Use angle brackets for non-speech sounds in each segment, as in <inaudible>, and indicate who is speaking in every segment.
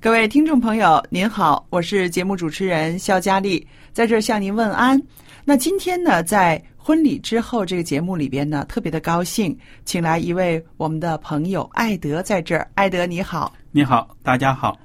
Speaker 1: 各位听众朋友，您好，我是节目主持人肖佳丽，在这儿向您问安。那今天呢，在婚礼之后这个节目里边呢，特别的高兴，请来一位我们的朋友艾德在这儿。艾德你好，
Speaker 2: 你好，大家好。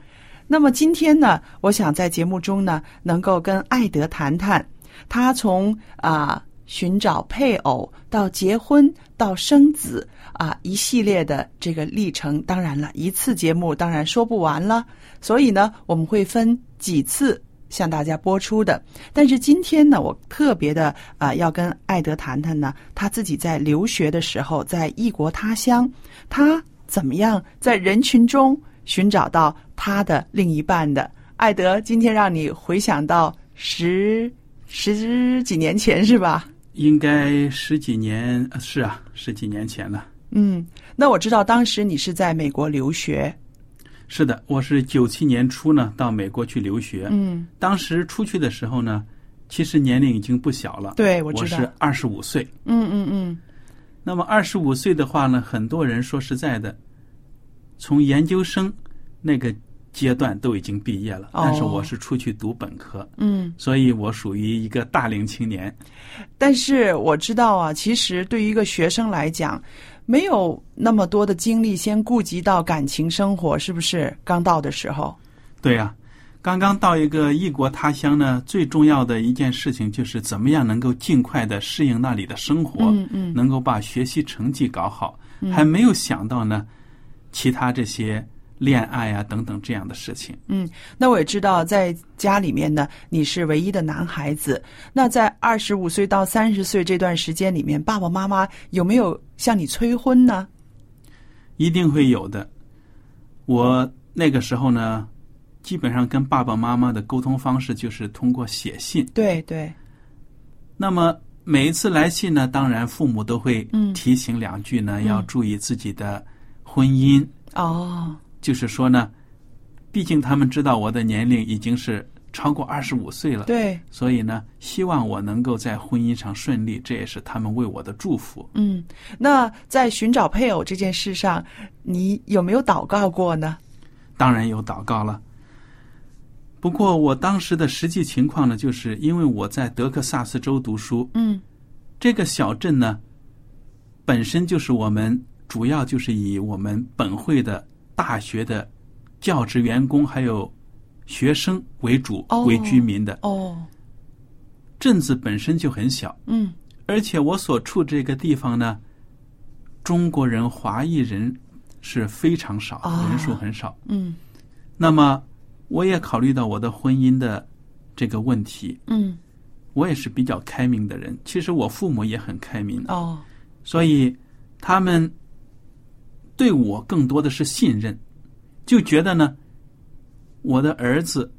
Speaker 1: 那么今天呢，我想在节目中呢，能够跟艾德谈谈，他从啊、寻找配偶到结婚到生子啊、一系列的这个历程。当然了，一次节目当然说不完了，所以呢，我们会分几次。向大家播出的，但是今天呢，我特别的啊、要跟艾德谈谈呢，他自己在留学的时候，在异国他乡，他怎么样在人群中寻找到他的另一半的？艾德，今天让你回想到十十几年前是吧？
Speaker 3: 应该十几年，呃是啊，十几年前了。
Speaker 1: 嗯，那我知道当时你是在美国留学，
Speaker 3: 是的，我是九七年初呢到美国去留学。
Speaker 1: 嗯，
Speaker 3: 当时出去的时候呢，其实年龄已经不小了。，
Speaker 1: 对，我
Speaker 3: 我
Speaker 1: 知道，
Speaker 3: 是二十五岁。
Speaker 1: 嗯嗯嗯，
Speaker 3: 那么二十五岁的话呢，很多人说实在的，从研究生那个阶段都已经毕业了，
Speaker 1: 哦
Speaker 3: 但是我是出去读本科，
Speaker 1: 嗯，
Speaker 3: 所以我属于一个大龄青年。
Speaker 1: 但是我知道啊，其实对于一个学生来讲，没有那么多的精力先顾及到感情生活，是不是？刚到的时候，
Speaker 3: 对呀、刚刚到一个异国他乡呢，最重要的一件事情就是怎么样能够尽快的适应那里的生活，
Speaker 1: 嗯嗯
Speaker 3: 能够把学习成绩搞好，
Speaker 1: 嗯
Speaker 3: 还没有想到呢，其他这些恋爱啊等等这样的事情。
Speaker 1: 嗯，那我也知道，在家里面呢，你是唯一的男孩子。那在二十五岁到三十岁这段时间里面，爸爸妈妈有没有向你催婚呢？
Speaker 3: 一定会有的。我那个时候呢，基本上跟爸爸妈妈的沟通方式就是通过写信。
Speaker 1: 对对，
Speaker 3: 那么每一次来信呢，当然父母都会
Speaker 1: 嗯
Speaker 3: 提醒两句呢，
Speaker 1: 嗯
Speaker 3: 要注意自己的婚姻。
Speaker 1: 哦，
Speaker 3: 就是说呢，毕竟他们知道我的年龄已经是超过二十五岁了，
Speaker 1: 对，
Speaker 3: 所以呢，希望我能够在婚姻上顺利，这也是他们为我的祝福。
Speaker 1: 嗯。那在寻找配偶这件事上，你有没有祷告过呢？
Speaker 3: 当然有祷告了。不过我当时的实际情况呢，就是因为我在德克萨斯州读书，
Speaker 1: 嗯，
Speaker 3: 这个小镇呢，本身就是我们主要就是以我们本会的大学的教职员工还有学生为主
Speaker 1: 哦
Speaker 3: 为居民的。
Speaker 1: 哦，
Speaker 3: 镇子本身就很小，
Speaker 1: 嗯，
Speaker 3: 而且我所处这个地方呢，中国人、华裔人是非常少，
Speaker 1: 哦
Speaker 3: 人数很少。
Speaker 1: 嗯，
Speaker 3: 那么，我也考虑到我的婚姻的这个问题，
Speaker 1: 嗯，
Speaker 3: 我也是比较开明的人。其实我父母也很开明，
Speaker 1: 哦，
Speaker 3: 所以他们对我更多的是信任，就觉得呢，我的儿子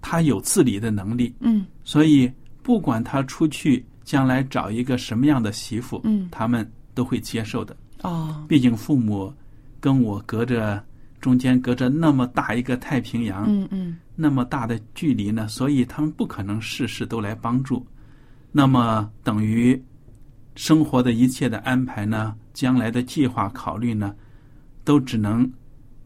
Speaker 3: 他有自理的能力，
Speaker 1: 嗯，
Speaker 3: 所以不管他出去将来找一个什么样的媳妇，
Speaker 1: 嗯
Speaker 3: 他们都会接受的。
Speaker 1: 哦，
Speaker 3: 毕竟父母跟我隔着中间隔着那么大一个太平洋，
Speaker 1: 嗯嗯
Speaker 3: 那么大的距离呢，所以他们不可能事事都来帮助。那么等于生活的一切的安排呢，将来的计划考虑呢，都只能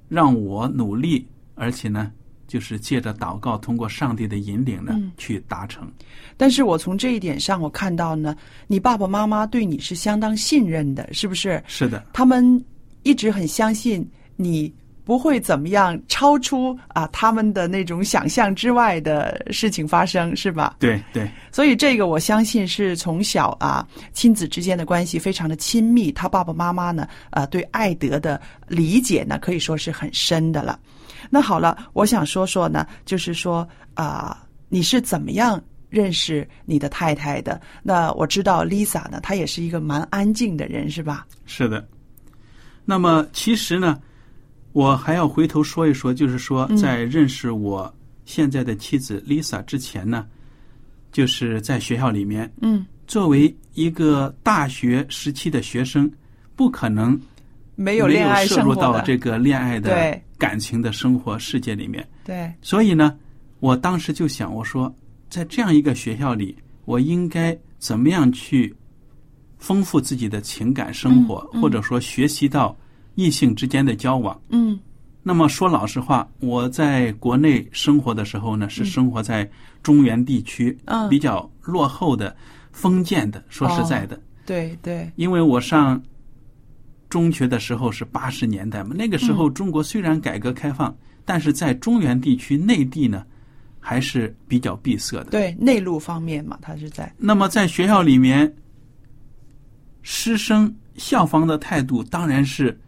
Speaker 3: 让我努力，而且呢，就是借着祷告，通过上帝的引领呢，
Speaker 1: 嗯
Speaker 3: 去达成。
Speaker 1: 但是我从这一点上，我看到呢，你爸爸妈妈对你是相当信任的，是不是？
Speaker 3: 是的，
Speaker 1: 他们一直很相信你不会怎么样超出啊他们的那种想象之外的事情发生，是吧？
Speaker 3: 对对，
Speaker 1: 所以这个我相信是从小啊亲子之间的关系非常的亲密，他爸爸妈妈呢，呃，对艾德的理解呢可以说是很深的了。那好了，我想说说呢，就是说啊、你是怎么样认识你的太太的？那我知道 Lisa 呢，她也是一个蛮安静的人，是吧？
Speaker 3: 是的。那么其实呢，我还要回头说一说，就是说
Speaker 1: 嗯
Speaker 3: 在认识我现在的妻子 Lisa 之前呢，就是在学校里面，
Speaker 1: 嗯，
Speaker 3: 作为一个大学时期的学生，不可能
Speaker 1: 没
Speaker 3: 没
Speaker 1: 有恋爱
Speaker 3: 摄
Speaker 1: 生
Speaker 3: 入
Speaker 1: 活
Speaker 3: 到
Speaker 1: 的
Speaker 3: 这个恋爱的
Speaker 1: 对
Speaker 3: 感情的生活世界里面。
Speaker 1: 对，
Speaker 3: 所以呢，我当时就想，我说，在这样一个学校里，我应该怎么样去丰富自己的情感生活，
Speaker 1: 嗯嗯
Speaker 3: 或者说学习到异性之间的交往。
Speaker 1: 嗯
Speaker 3: 那么说老实话，我在国内生活的时候呢，是生活在中原地区，
Speaker 1: 嗯
Speaker 3: 比较落后的、封建的。说实在的，
Speaker 1: 哦对对，
Speaker 3: 因为我上中学的时候是八十年代嘛，那个时
Speaker 1: 嗯
Speaker 3: 候中国虽然改革开放，但是在中原地区内地呢，还是比较闭塞的。
Speaker 1: 对内陆方面嘛，他是在
Speaker 3: 那么在学校里面，师生校方的态度当然是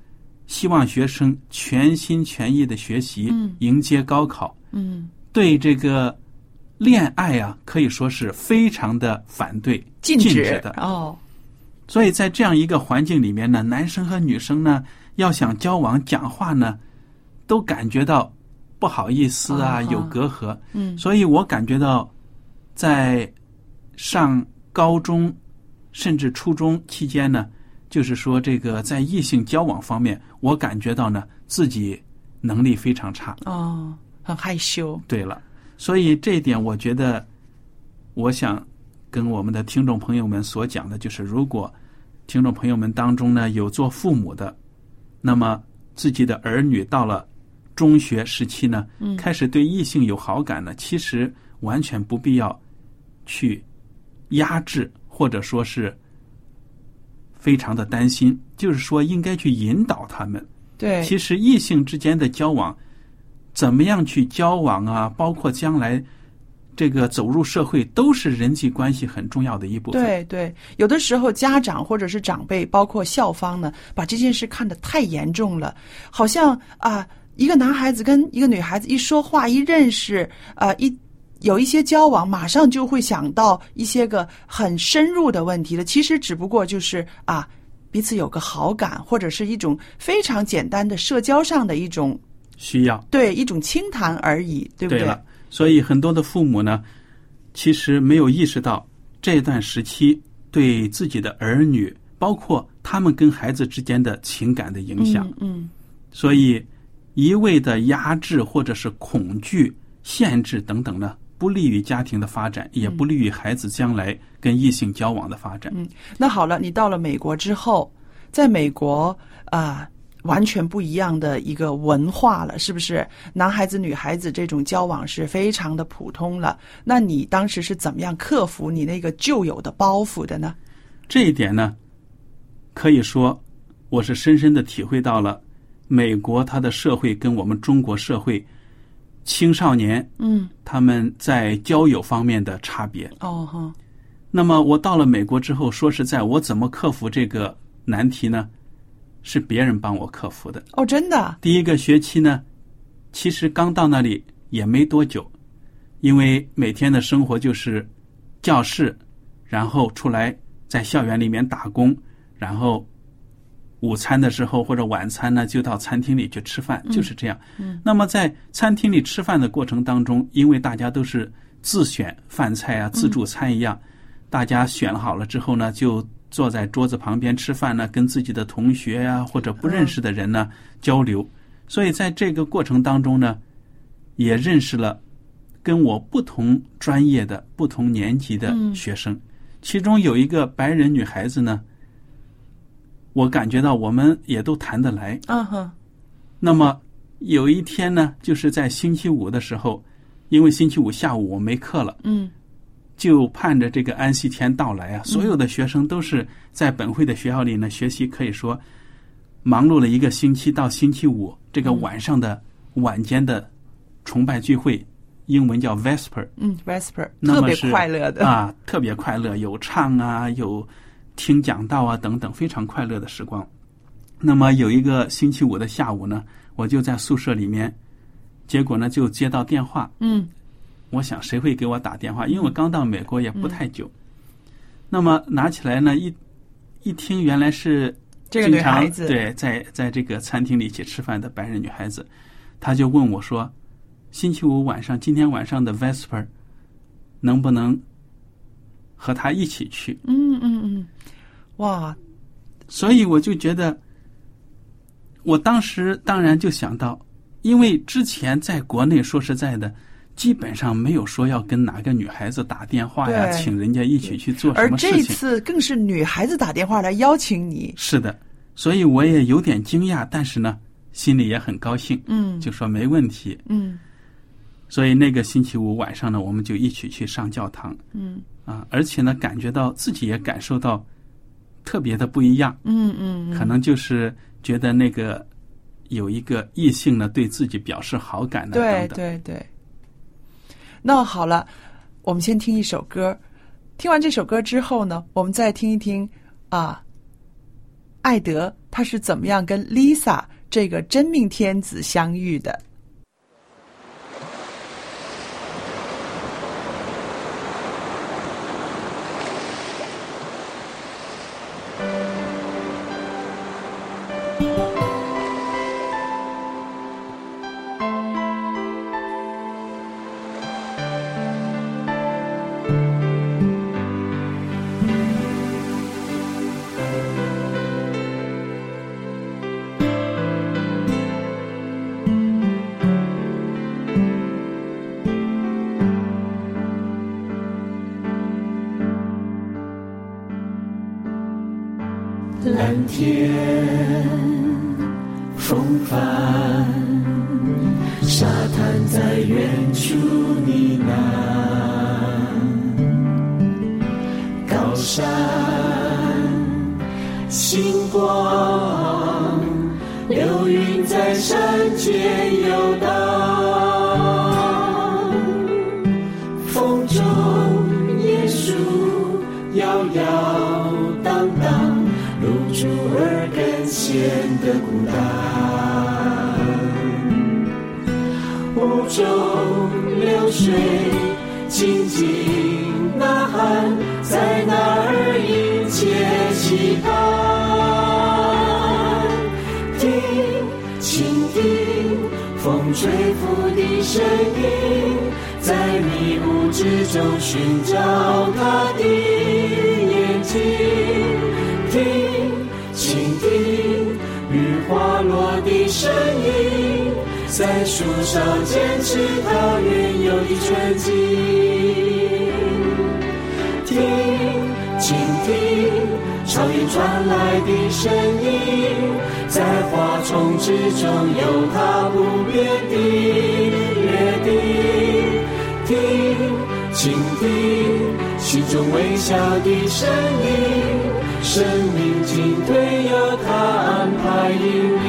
Speaker 3: 希望学生全心全意的学习，
Speaker 1: 嗯
Speaker 3: 迎接高考。
Speaker 1: 嗯
Speaker 3: 对这个恋爱啊，可以说是非常的反对、
Speaker 1: 禁
Speaker 3: 止
Speaker 1: 止
Speaker 3: 的。
Speaker 1: 哦，
Speaker 3: 所以在这样一个环境里面呢，男生和女生呢，要想交往、讲话呢，都感觉到不好意思啊，
Speaker 1: 啊哈
Speaker 3: 有隔阂。
Speaker 1: 嗯
Speaker 3: 所以我感觉到，在上高中甚至初中期间呢，就是说这个在异性交往方面，我感觉到呢自己能力非常差。
Speaker 1: 哦，很害羞，
Speaker 3: 对了，所以这一点我觉得，我想跟我们的听众朋友们所讲的就是，如果听众朋友们当中呢有做父母的，那么自己的儿女到了中学时期呢，开始对异性有好感呢，其实完全不必要去压制，或者说是。非常的担心，就是说应该去引导他们，
Speaker 1: 对，
Speaker 3: 其实异性之间的交往，怎么样去交往啊，包括将来这个走入社会，都是人际关系很重要的一部分。
Speaker 1: 对对，有的时候家长或者是长辈，包括校方呢，把这件事看得太严重了，好像啊、一个男孩子跟一个女孩子一说话、一认识，啊，一有一些交往，马上就会想到一些个很深入的问题了。其实只不过就是啊，彼此有个好感，或者是一种非常简单的社交上的一种
Speaker 3: 需要
Speaker 1: 对一种轻谈而已，对不对？
Speaker 3: 了，所以很多的父母呢，其实没有意识到这段时期对自己的儿女，包括他们跟孩子之间的情感的影响。
Speaker 1: 嗯嗯
Speaker 3: 所以，一味的压制或者是恐惧、限制等等呢，不利于家庭的发展，也不利于孩子将来跟异性交往的发展。
Speaker 1: 嗯，那好了，你到了美国之后，在美国啊、完全不一样的一个文化了，是不是？男孩子、女孩子这种交往是非常的普通了。那你当时是怎么样克服你那个旧有的包袱的呢？
Speaker 3: 这一点呢，可以说我是深深的体会到了美国它的社会跟我们中国社会青少年
Speaker 1: 嗯，
Speaker 3: 他们在交友方面的差别。
Speaker 1: 哦哈，
Speaker 3: 那么我到了美国之后，说实在，我怎么克服这个难题呢？是别人帮我克服的。
Speaker 1: 哦，真的，
Speaker 3: 第一个学期呢，其实刚到那里也没多久，因为每天的生活就是教室，然后出来在校园里面打工，然后午餐的时候或者晚餐呢就到餐厅里去吃饭，就是这样。嗯、那么在餐厅里吃饭的过程当中，因为大家都是自选饭菜啊、自助餐一样，大家选好了之后呢，就坐啊在桌子旁边吃饭呢，跟自己的同学呀、或者不认识的人呢、交流。所以在这个过程当中呢，也认识了跟我不同专业的、不同年级的学生，其中有一个白人女孩子呢，我感觉到我们也都谈得来。
Speaker 1: 嗯哼，
Speaker 3: 那么有一天呢，就是在星期五的时候，因为星期五下午我没课了，
Speaker 1: 嗯
Speaker 3: 就盼着这个安息天到来啊，所有的学生都是在本会的学校里呢学习，可以说忙碌了一个星期，到星期五这个晚上的晚间的崇拜聚会，英文叫 Vesper
Speaker 1: 嗯，Vesper
Speaker 3: 那
Speaker 1: 特
Speaker 3: 么
Speaker 1: 别
Speaker 3: 是
Speaker 1: 快乐的，
Speaker 3: 啊，特别快乐，有唱啊，有听讲道啊等等，非常快乐的时光。那么有一个星期五的下午呢，我就在宿舍里面，结果呢就接到电话，
Speaker 1: 嗯
Speaker 3: 我想谁会给我打电话？因为我刚到美国也
Speaker 1: 嗯
Speaker 3: 不太久。那么拿起来呢，一一听原来是
Speaker 1: 这个
Speaker 3: 经
Speaker 1: 女
Speaker 3: 常
Speaker 1: 孩子
Speaker 3: 对，在在这个餐厅里一起吃饭的白人女孩子，她就问我说：“星期五晚上，今天晚上的 Vesper 能不能和她一起去
Speaker 1: 嗯嗯嗯，哇，？”
Speaker 3: 所以我就觉得，我当时当然就想到，因为之前在国内说实在的。基本上没有说要跟哪个女孩子打电话呀，
Speaker 1: 对
Speaker 3: 请人家一起去做什
Speaker 1: 而
Speaker 3: 么事
Speaker 1: 这
Speaker 3: 情。
Speaker 1: 次更是女孩子打电话来邀请你，
Speaker 3: 是的，所以我也有点惊讶，但是呢，心里也很高兴，
Speaker 1: 嗯
Speaker 3: 就说没问题。
Speaker 1: 嗯
Speaker 3: 所以那个星期五晚上呢，我们就一起去上教堂
Speaker 1: 嗯
Speaker 3: 啊，而且呢，感觉到自己也感受到特别的不一样，
Speaker 1: 嗯嗯，
Speaker 3: 可能就是觉得那个有一个异性呢对自己表示好感呢
Speaker 1: 对
Speaker 3: 等等。
Speaker 1: 对对。那好了，我们先听一首歌，听完这首歌之后呢，我们再听一听啊，艾德他是怎么样跟 Lisa 这个真命天子相遇的。
Speaker 4: 蓝天，风帆，沙滩在远处呢喃，高山，星光，流云在山间游荡，风中椰树摇摇荡荡，露出耳根显得孤单。湖中流水静静呐喊，在那儿迎接期盼。听，倾听风吹拂的声音，在迷雾之中寻找他的眼睛。听，倾听雨滑落的声音，在树梢坚持它原有的纯净。听，倾听草原传来的声音，在花丛之中有它不变的约定。听，倾听心中微笑的声音，生命进退由它安排引领。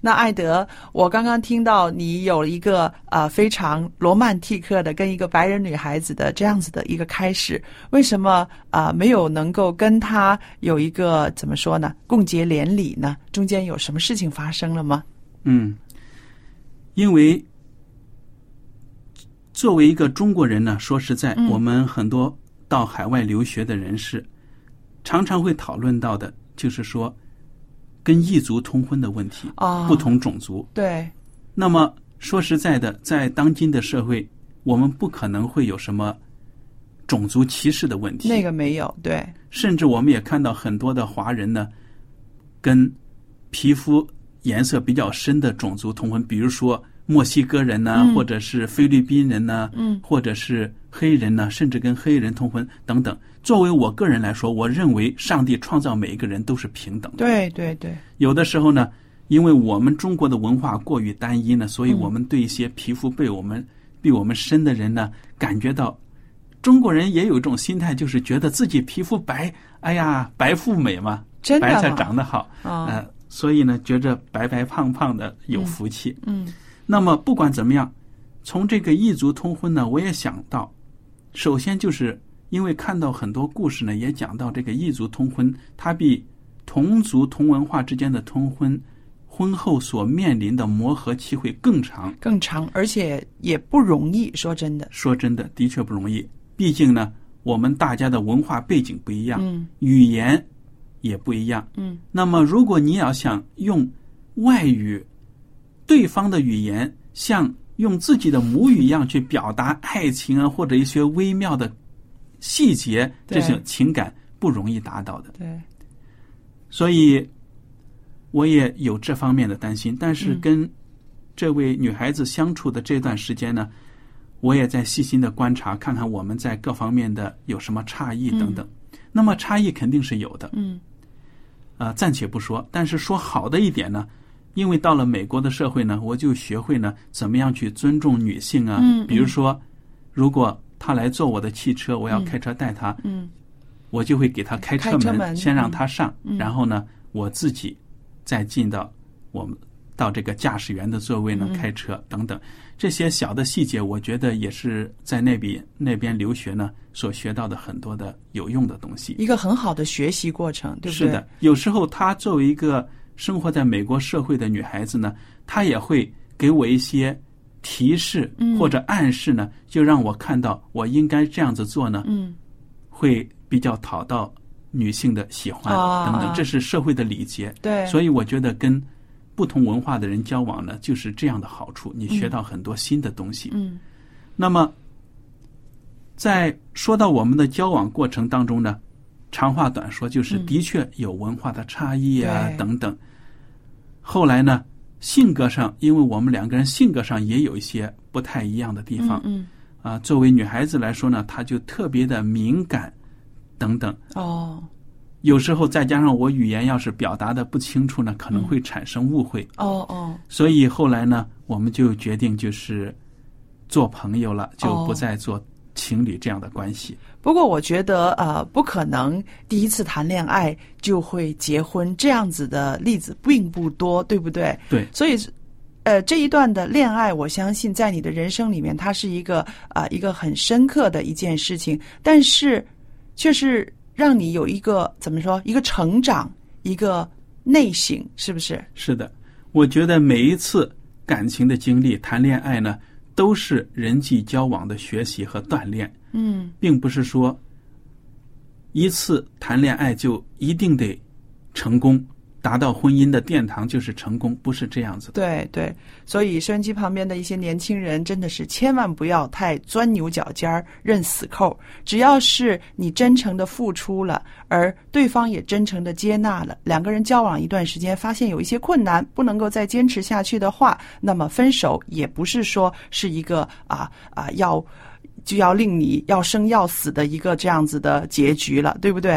Speaker 1: 那艾德，我刚刚听到你有一个呃非常罗曼蒂克的跟一个白人女孩子的这样子的一个开始，为什么啊、呃没有能够跟她有一个怎么说呢共结连理呢？中间有什么事情发生了吗？
Speaker 3: 嗯，因为作为一个中国人呢，说实在，
Speaker 1: 嗯
Speaker 3: 我们很多到海外留学的人士，常常会讨论到的，就是说跟异族通婚的问题，
Speaker 1: 啊
Speaker 3: 不同种族。
Speaker 1: 对，
Speaker 3: 那么说实在的，在当今的社会，我们不可能会有什么种族歧视的问题。
Speaker 1: 那个没有，对，
Speaker 3: 甚至我们也看到很多的华人呢，跟皮肤颜色比较深的种族通婚，比如说墨西哥人呐、
Speaker 1: 嗯
Speaker 3: 或者是菲律宾人呐、
Speaker 1: 嗯
Speaker 3: 或者是黑人呐、甚至跟黑人通婚等等。作为我个人来说，我认为上帝创造每一个人都是平等的。
Speaker 1: 对对对，
Speaker 3: 有的时候呢，因为我们中国的文化过于单一
Speaker 1: 嗯
Speaker 3: 呢，所以我们对一些皮肤被我们比我们深的人呢，感觉到中国人也有一种心态，就是觉得自己皮肤白，哎呀，白富美嘛，
Speaker 1: 真的
Speaker 3: 白菜
Speaker 1: 吗
Speaker 3: 长得好，
Speaker 1: 啊、
Speaker 3: 呃，所以呢，觉着白白胖胖的有福气。
Speaker 1: 嗯
Speaker 3: 那么不管怎么样，从这个异族通婚呢，我也想到，首先就是因为看到很多故事呢，也讲到这个异族通婚，它比同族同文化之间的通婚，婚后所面临的磨合期会更长。
Speaker 1: 更长，而且也不容易。说真的，
Speaker 3: 说真的，的确不容易，毕竟呢，我们大家的文化背景不一样，
Speaker 1: 嗯
Speaker 3: 语言也不一样。
Speaker 1: 嗯
Speaker 3: 那么，如果你要想用外语，对方的语言像用自己的母语一样去表达爱情啊，或者一些微妙的细节，
Speaker 1: 对
Speaker 3: 这种情感不容易达到的。
Speaker 1: 对，
Speaker 3: 所以，我也有这方面的担心。但是
Speaker 1: 嗯
Speaker 3: 跟这位女孩子相处的这段时间呢，我也在细心的观察，看看我们在各方面的有什么差异等等。那么差异肯定是有的，
Speaker 1: 嗯
Speaker 3: 啊，暂且不说，但是说好的一点呢，因为到了美国的社会呢，我就学会呢怎么样去尊重女性啊。
Speaker 1: 嗯嗯
Speaker 3: 比如说，如果她来坐我的汽车，我要开车带她，
Speaker 1: 嗯
Speaker 3: 我就会给她开车
Speaker 1: 开
Speaker 3: 门，
Speaker 1: 车门
Speaker 3: 先让她上，
Speaker 1: 嗯嗯
Speaker 3: 然后呢，我自己再进到我们到这个驾驶员的座位呢
Speaker 1: 嗯
Speaker 3: 开车等等。这些小的细节，我觉得也是在那边那边留学呢所学到的很多的有用的东西。
Speaker 1: 一个很好的学习过程，对不
Speaker 3: 是
Speaker 1: 对？
Speaker 3: 的，有时候她作为一个生活在美国社会的女孩子呢，她也会给我一些提示
Speaker 1: 嗯
Speaker 3: 或者暗示呢，就让我看到我应该这样子做呢，
Speaker 1: 嗯
Speaker 3: 会比较讨到女性的喜欢
Speaker 1: 啊
Speaker 3: 等等，这是社会的礼节。
Speaker 1: 对，
Speaker 3: 所
Speaker 1: 以
Speaker 3: 以我觉得跟不同文化的人交往呢，就是这样的好处，你学到很多新的东西。
Speaker 1: 嗯
Speaker 3: 那么，在说到我们的交往过程当中呢，长话短说，就是
Speaker 1: 嗯
Speaker 3: 的确有文化的差异啊、
Speaker 1: 对
Speaker 3: 等等。后来呢，性格上，因为我们两个人性格上也有一些不太一样的地方啊、
Speaker 1: 嗯
Speaker 3: 作为女孩子来说呢，她就特别的敏感，等等。
Speaker 1: 嗯哦
Speaker 3: 有时候再加上我语言要是表达的不清楚呢，可
Speaker 1: 嗯
Speaker 3: 能会产生误会。
Speaker 1: 哦哦
Speaker 3: 所以后来呢，我们就决定就是做朋友了，就
Speaker 1: 哦
Speaker 3: 不再做情侣这样的关系。
Speaker 1: 不过我觉得呃，不可能第一次谈恋爱就会结婚，这样子的例子并不多，对不对？
Speaker 3: 对
Speaker 1: 所以。呃，这一段的恋爱，我相信在你的人生里面，它是一个啊、一个很深刻的一件事情，但是却是让你有一个怎么说，一个成长，一个内省，是不是？
Speaker 3: 是的，我觉得每一次感情的经历，谈恋爱呢，都是人际交往的学习和锻炼，
Speaker 1: 嗯
Speaker 3: 并不是说一次谈恋爱就一定得成功，达到婚姻的殿堂就是成功，不是这样子的。
Speaker 1: 对对，所以收音机旁边的一些年轻人真的是千万不要太钻牛角尖儿、认死扣。只要是你真诚的付出了，而对方也真诚的接纳了，两个人交往一段时间，发现有一些困难，不能够再坚持下去的话，那么分手也不是说是一个啊啊要就要令你要生要死的一个这样子的结局了，对不对？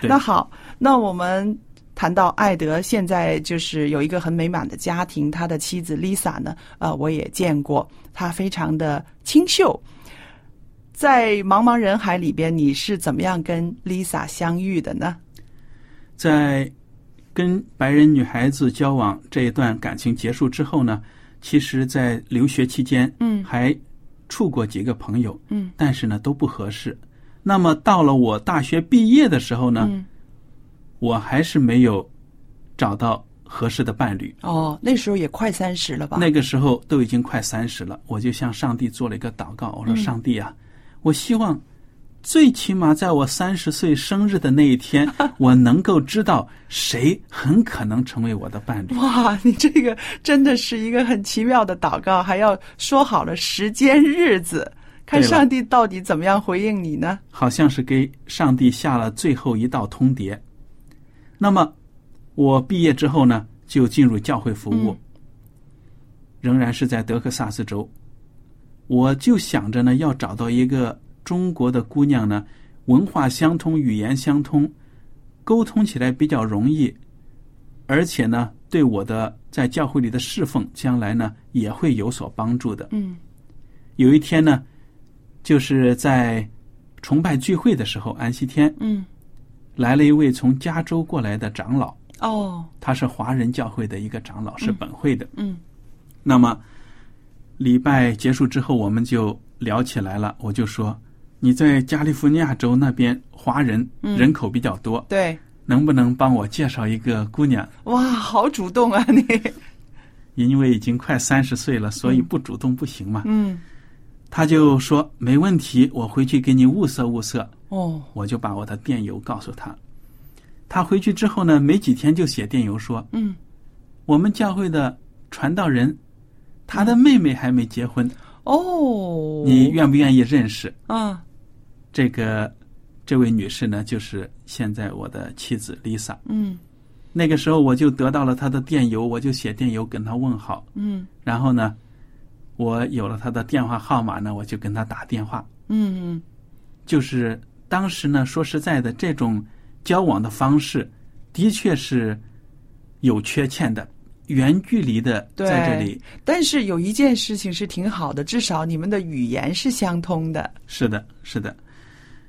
Speaker 3: 对
Speaker 1: 那好，那我们谈到艾德现在就是有一个很美满的家庭，他的妻子 Lisa 呢，呃，我也见过，她非常的清秀。在茫茫人海里边，你是怎么样跟 Lisa 相遇的呢？
Speaker 3: 在跟白人女孩子交往这一段感情结束之后呢，其实，在留学期间，
Speaker 1: 嗯
Speaker 3: 还处过几个朋友，
Speaker 1: 嗯，
Speaker 3: 但是呢都不合适。那么到了我大学毕业的时候呢，
Speaker 1: 嗯
Speaker 3: 我还是没有找到合适的伴侣。
Speaker 1: 哦，那时候也快三十了吧？
Speaker 3: 那个时候都已经快三十了，我就向上帝做了一个祷告，我说：“
Speaker 1: 嗯
Speaker 3: 上帝啊，我希望最起码在我三十岁生日的那一
Speaker 1: <laughs>
Speaker 3: 天，我能够知道谁很可能成为我的伴侣。
Speaker 1: 哇，你这个真的是一个很奇妙的祷告，还要说好了时间日子，看
Speaker 3: 对了
Speaker 1: 上帝到底怎么样回应你呢？
Speaker 3: 好像是给上帝下了最后一道通牒。那么，我毕业之后呢，就进入教会服务，仍然是在德克萨斯州。我就想着呢，要找到一个中国的姑娘呢，文化相通、语言相通，沟通起来比较容易，而且呢，对我的在教会里的侍奉，将来呢也会有所帮助的。
Speaker 1: 嗯
Speaker 3: 有一天呢，就是在崇拜聚会的时候，安息天
Speaker 1: 嗯，
Speaker 3: 来了一位从加州过来的长老，
Speaker 1: 哦，
Speaker 3: 他是华人教会的一个长老，是本会的。
Speaker 1: 嗯
Speaker 3: 那么礼拜结束之后，我们就聊起来了。我就说，你在加利福尼亚州那边华人
Speaker 1: 嗯
Speaker 3: 人口比较多，
Speaker 1: 对，
Speaker 3: 能不能帮我介绍一个姑娘？
Speaker 1: 哇，好主动啊你，
Speaker 3: 因为已经快三十岁了，所以不主动不行嘛。
Speaker 1: 嗯，
Speaker 3: 他就说没问题，我回去给你物色物色。
Speaker 1: 哦，
Speaker 3: 我就把我的电邮告诉他。他回去之后呢，没几天就写电邮说
Speaker 1: 嗯，：“
Speaker 3: 我们教会的传道人，他的妹妹还没结婚，
Speaker 1: 哦，
Speaker 3: 你愿不愿意认识
Speaker 1: 啊，？”
Speaker 3: 这个这位女士呢，就是现在我的妻子 Lisa。
Speaker 1: 嗯
Speaker 3: 那个时候我就得到了她的电邮，我就写电邮跟她问好。
Speaker 1: 嗯
Speaker 3: 然后呢，我有了她的电话号码呢，我就跟她打电话。
Speaker 1: 嗯
Speaker 3: 就是当时呢，说实在的，这种交往的方式的确是有缺陷的，远距离的
Speaker 1: 对
Speaker 3: 在这里
Speaker 1: 嗯，但是有一件事情是挺好的，至少你们的语言是相通的，
Speaker 3: 是的，是的，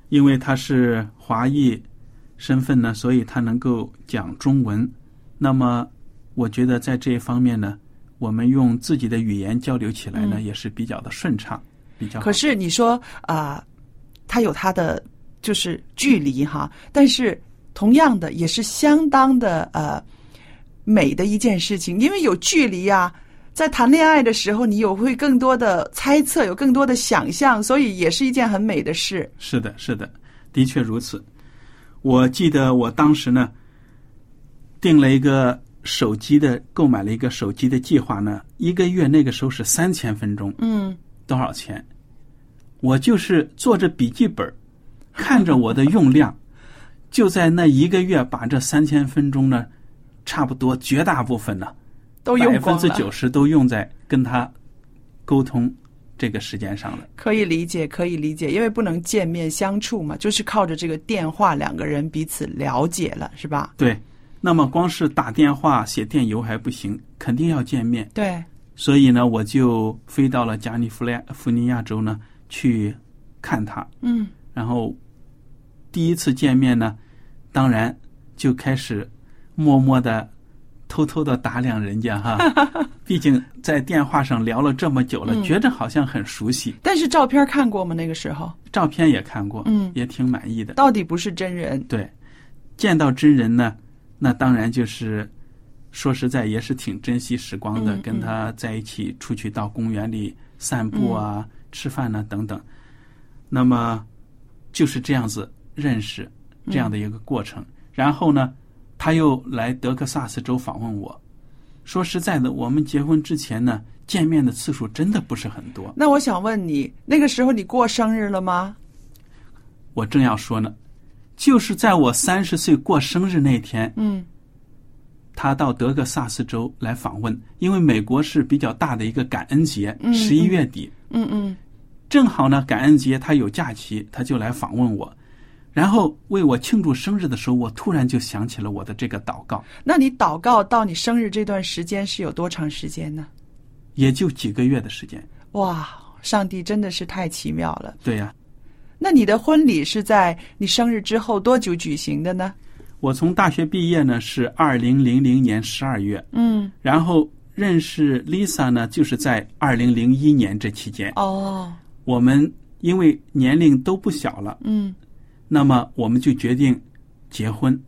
Speaker 3: 因为他是华裔身份呢，所以他能够讲中文。那么，我觉得在这一方面呢，我们用自己的语言交流起来呢，也是比较的顺畅，比较好
Speaker 1: 可是你说啊、它有它的就是距离哈，但是同样的也是相当的呃美的一件事情，因为有距离啊。在谈恋爱的时候，你有会更多的猜测，有更多的想象，所以也是一件很美的事。
Speaker 3: 是的，是的，的确如此。我记得我当时呢，定了一个手机的，购买了一个手机的计划呢，一个月那个时候是三千分钟，
Speaker 1: 嗯，
Speaker 3: 多少钱？我就是做着笔记本儿，看着我的用量，就在那一个月把这三千分钟呢，差不多绝大部分呢，
Speaker 1: 都用
Speaker 3: 百
Speaker 1: 光
Speaker 3: 分
Speaker 1: 了
Speaker 3: 之九十都用在跟他沟通这个时间上了。
Speaker 1: 可以理解，可以理解，因为不能见面相处嘛，就是靠着这个电话，两个人彼此了解了，是吧？
Speaker 3: 对，那么光是打电话、写电邮还不行，肯定要见面。
Speaker 1: 对，
Speaker 3: 所以呢，我就飞到了加利福利福尼亚州呢去看他。
Speaker 1: 嗯
Speaker 3: 然后第一次见面呢，当然就开始默默的、偷偷的打量人家
Speaker 1: <laughs>
Speaker 3: 哈。毕竟在电话上聊了这么久了，
Speaker 1: 嗯
Speaker 3: 觉着好像很熟悉，
Speaker 1: 但是照片看过吗？那个时候
Speaker 3: 照片也看过，
Speaker 1: 嗯
Speaker 3: 也挺满意的。
Speaker 1: 到底不是真人，
Speaker 3: 对，见到真人呢，那当然就是说实在也是挺珍惜时光的，
Speaker 1: 嗯
Speaker 3: 跟他在一起出去到公园里散步
Speaker 1: 嗯
Speaker 3: 啊、吃饭呐、等等。那么就是这样子认识这
Speaker 1: 嗯
Speaker 3: 样的一个过程。然后呢，他又来德克萨斯州访问我。说实在的，我们结婚之前呢，见面的次数真的不是很多。
Speaker 1: 那我想问你，那个时候你过生日了吗？
Speaker 3: 我正要说呢，就是在我三十岁过生日那天，
Speaker 1: 嗯
Speaker 3: 他到德克萨斯州来访问，因为美国是比较大的一个感恩节
Speaker 1: 嗯，
Speaker 3: 十一月底
Speaker 1: 嗯嗯
Speaker 3: 正好呢，感恩节他有假期，他就来访问我。然后为我庆祝生日的时候，我突然就想起了我的这个祷告，
Speaker 1: 那你祷告到你生日这段时间是有多长时间呢？
Speaker 3: 也就几个月的时间。
Speaker 1: 哇，上帝真的是太奇妙了！
Speaker 3: 对呀、
Speaker 1: 那你的婚礼是在你生日之后多久举行的呢？
Speaker 3: 我从大学毕业呢是二零零零年十二月，
Speaker 1: 嗯，
Speaker 3: 然后认识 Lisa 呢就是在二零零一年这期间。
Speaker 1: 哦，
Speaker 3: 我们因为年龄都不小了，
Speaker 1: 嗯
Speaker 3: 那么我们就决定结婚。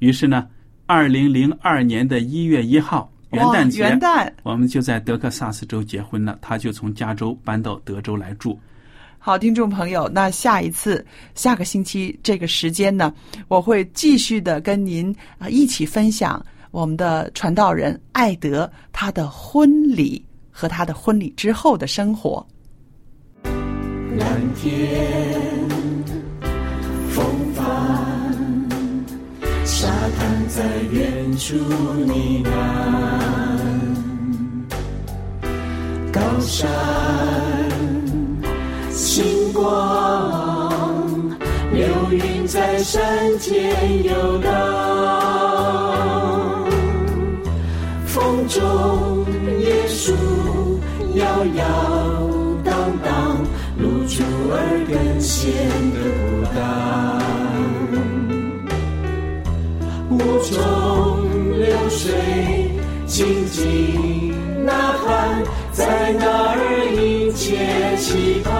Speaker 3: 于是呢，二零零二年的一月一号，元旦节，
Speaker 1: 哇元旦，
Speaker 3: 我们就在德克萨斯州结婚了。他就从加州搬到德州来住。
Speaker 1: 好，听众朋友，那下一次下个星期这个时间呢，我会继续的跟您啊、呃一起分享我们的传道人艾德他的婚礼和他的婚礼之后的生活。
Speaker 4: 天，风帆，沙滩在远处呢喃，高山，星光，流云在山间游荡，风中椰树摇摇荡荡，露出耳根显得孤单。雾中流水，静静呐喊，在那儿迎接期盼。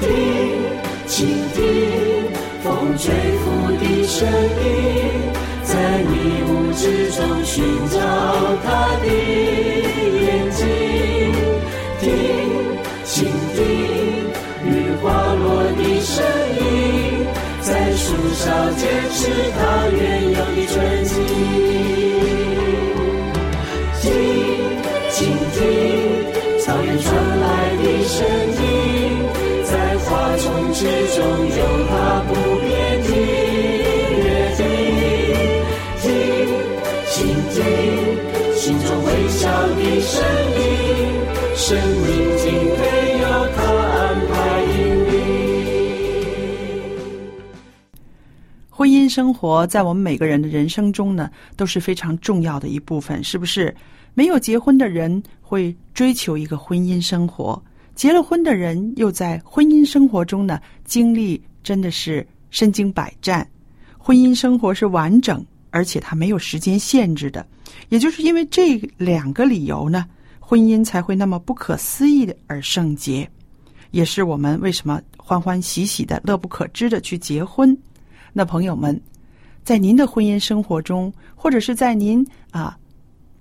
Speaker 4: 听，倾听风吹拂的声音，在迷雾之中寻找他的眼睛。听，倾听雨滑落的声音，在树梢坚持它原有的纯净。听，倾听草原传来的声音，在花丛之中有它不变的约定。听，倾听心中微笑的声音，生命竟没有它安排引领。
Speaker 1: 婚姻生活在我们每个人的人生中呢，都是非常重要的一部分，是不是？没有结婚的人会追求一个婚姻生活，结了婚的人又在婚姻生活中呢，经历真的是身经百战。婚姻生活是完整，而且它没有时间限制的。也就是因为这两个理由呢，婚姻才会那么不可思议的而圣洁，也是我们为什么欢欢喜喜的、乐不可支的去结婚。那朋友们，在您的婚姻生活中，或者是在您啊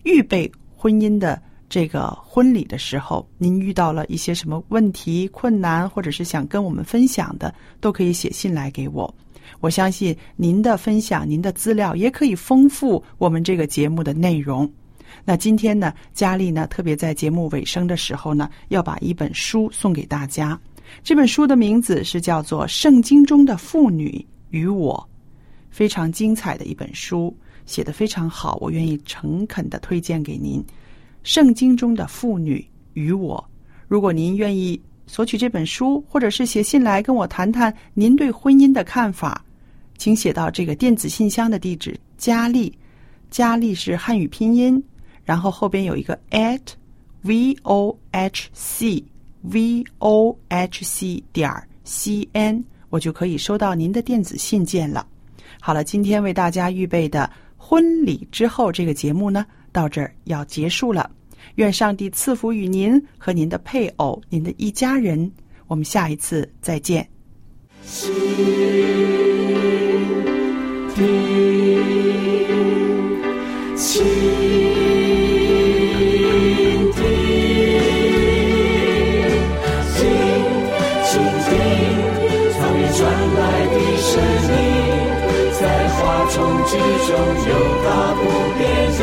Speaker 1: 预备婚姻的这个婚礼的时候，您遇到了一些什么问题、困难，或者是想跟我们分享的，都可以写信来给我。我相信您的分享、您的资料也可以丰富我们这个节目的内容。那今天呢，佳丽呢特别在节目尾声的时候呢，要把一本书送给大家。这本书的名字是叫做《圣经中的妇女与我》，非常精彩的一本书，写得非常好，我愿意诚恳地推荐给您。《圣经中的妇女与我》，如果您愿意索取这本书，或者是写信来跟我谈谈您对婚姻的看法，请写到这个电子信箱的地址：佳丽，佳丽是汉语拼音，然后后边有一个 at v o h c v o h c 点儿 c n，我就可以收到您的电子信件了。好了，今天为大家预备的婚礼之后这个节目呢，到这儿要结束了。愿上帝赐福与您和您的配偶、您的一家人。我们下一次再见。
Speaker 4: 心听，倾听，听，倾听草原传来的声音，在花丛之中有它不变的。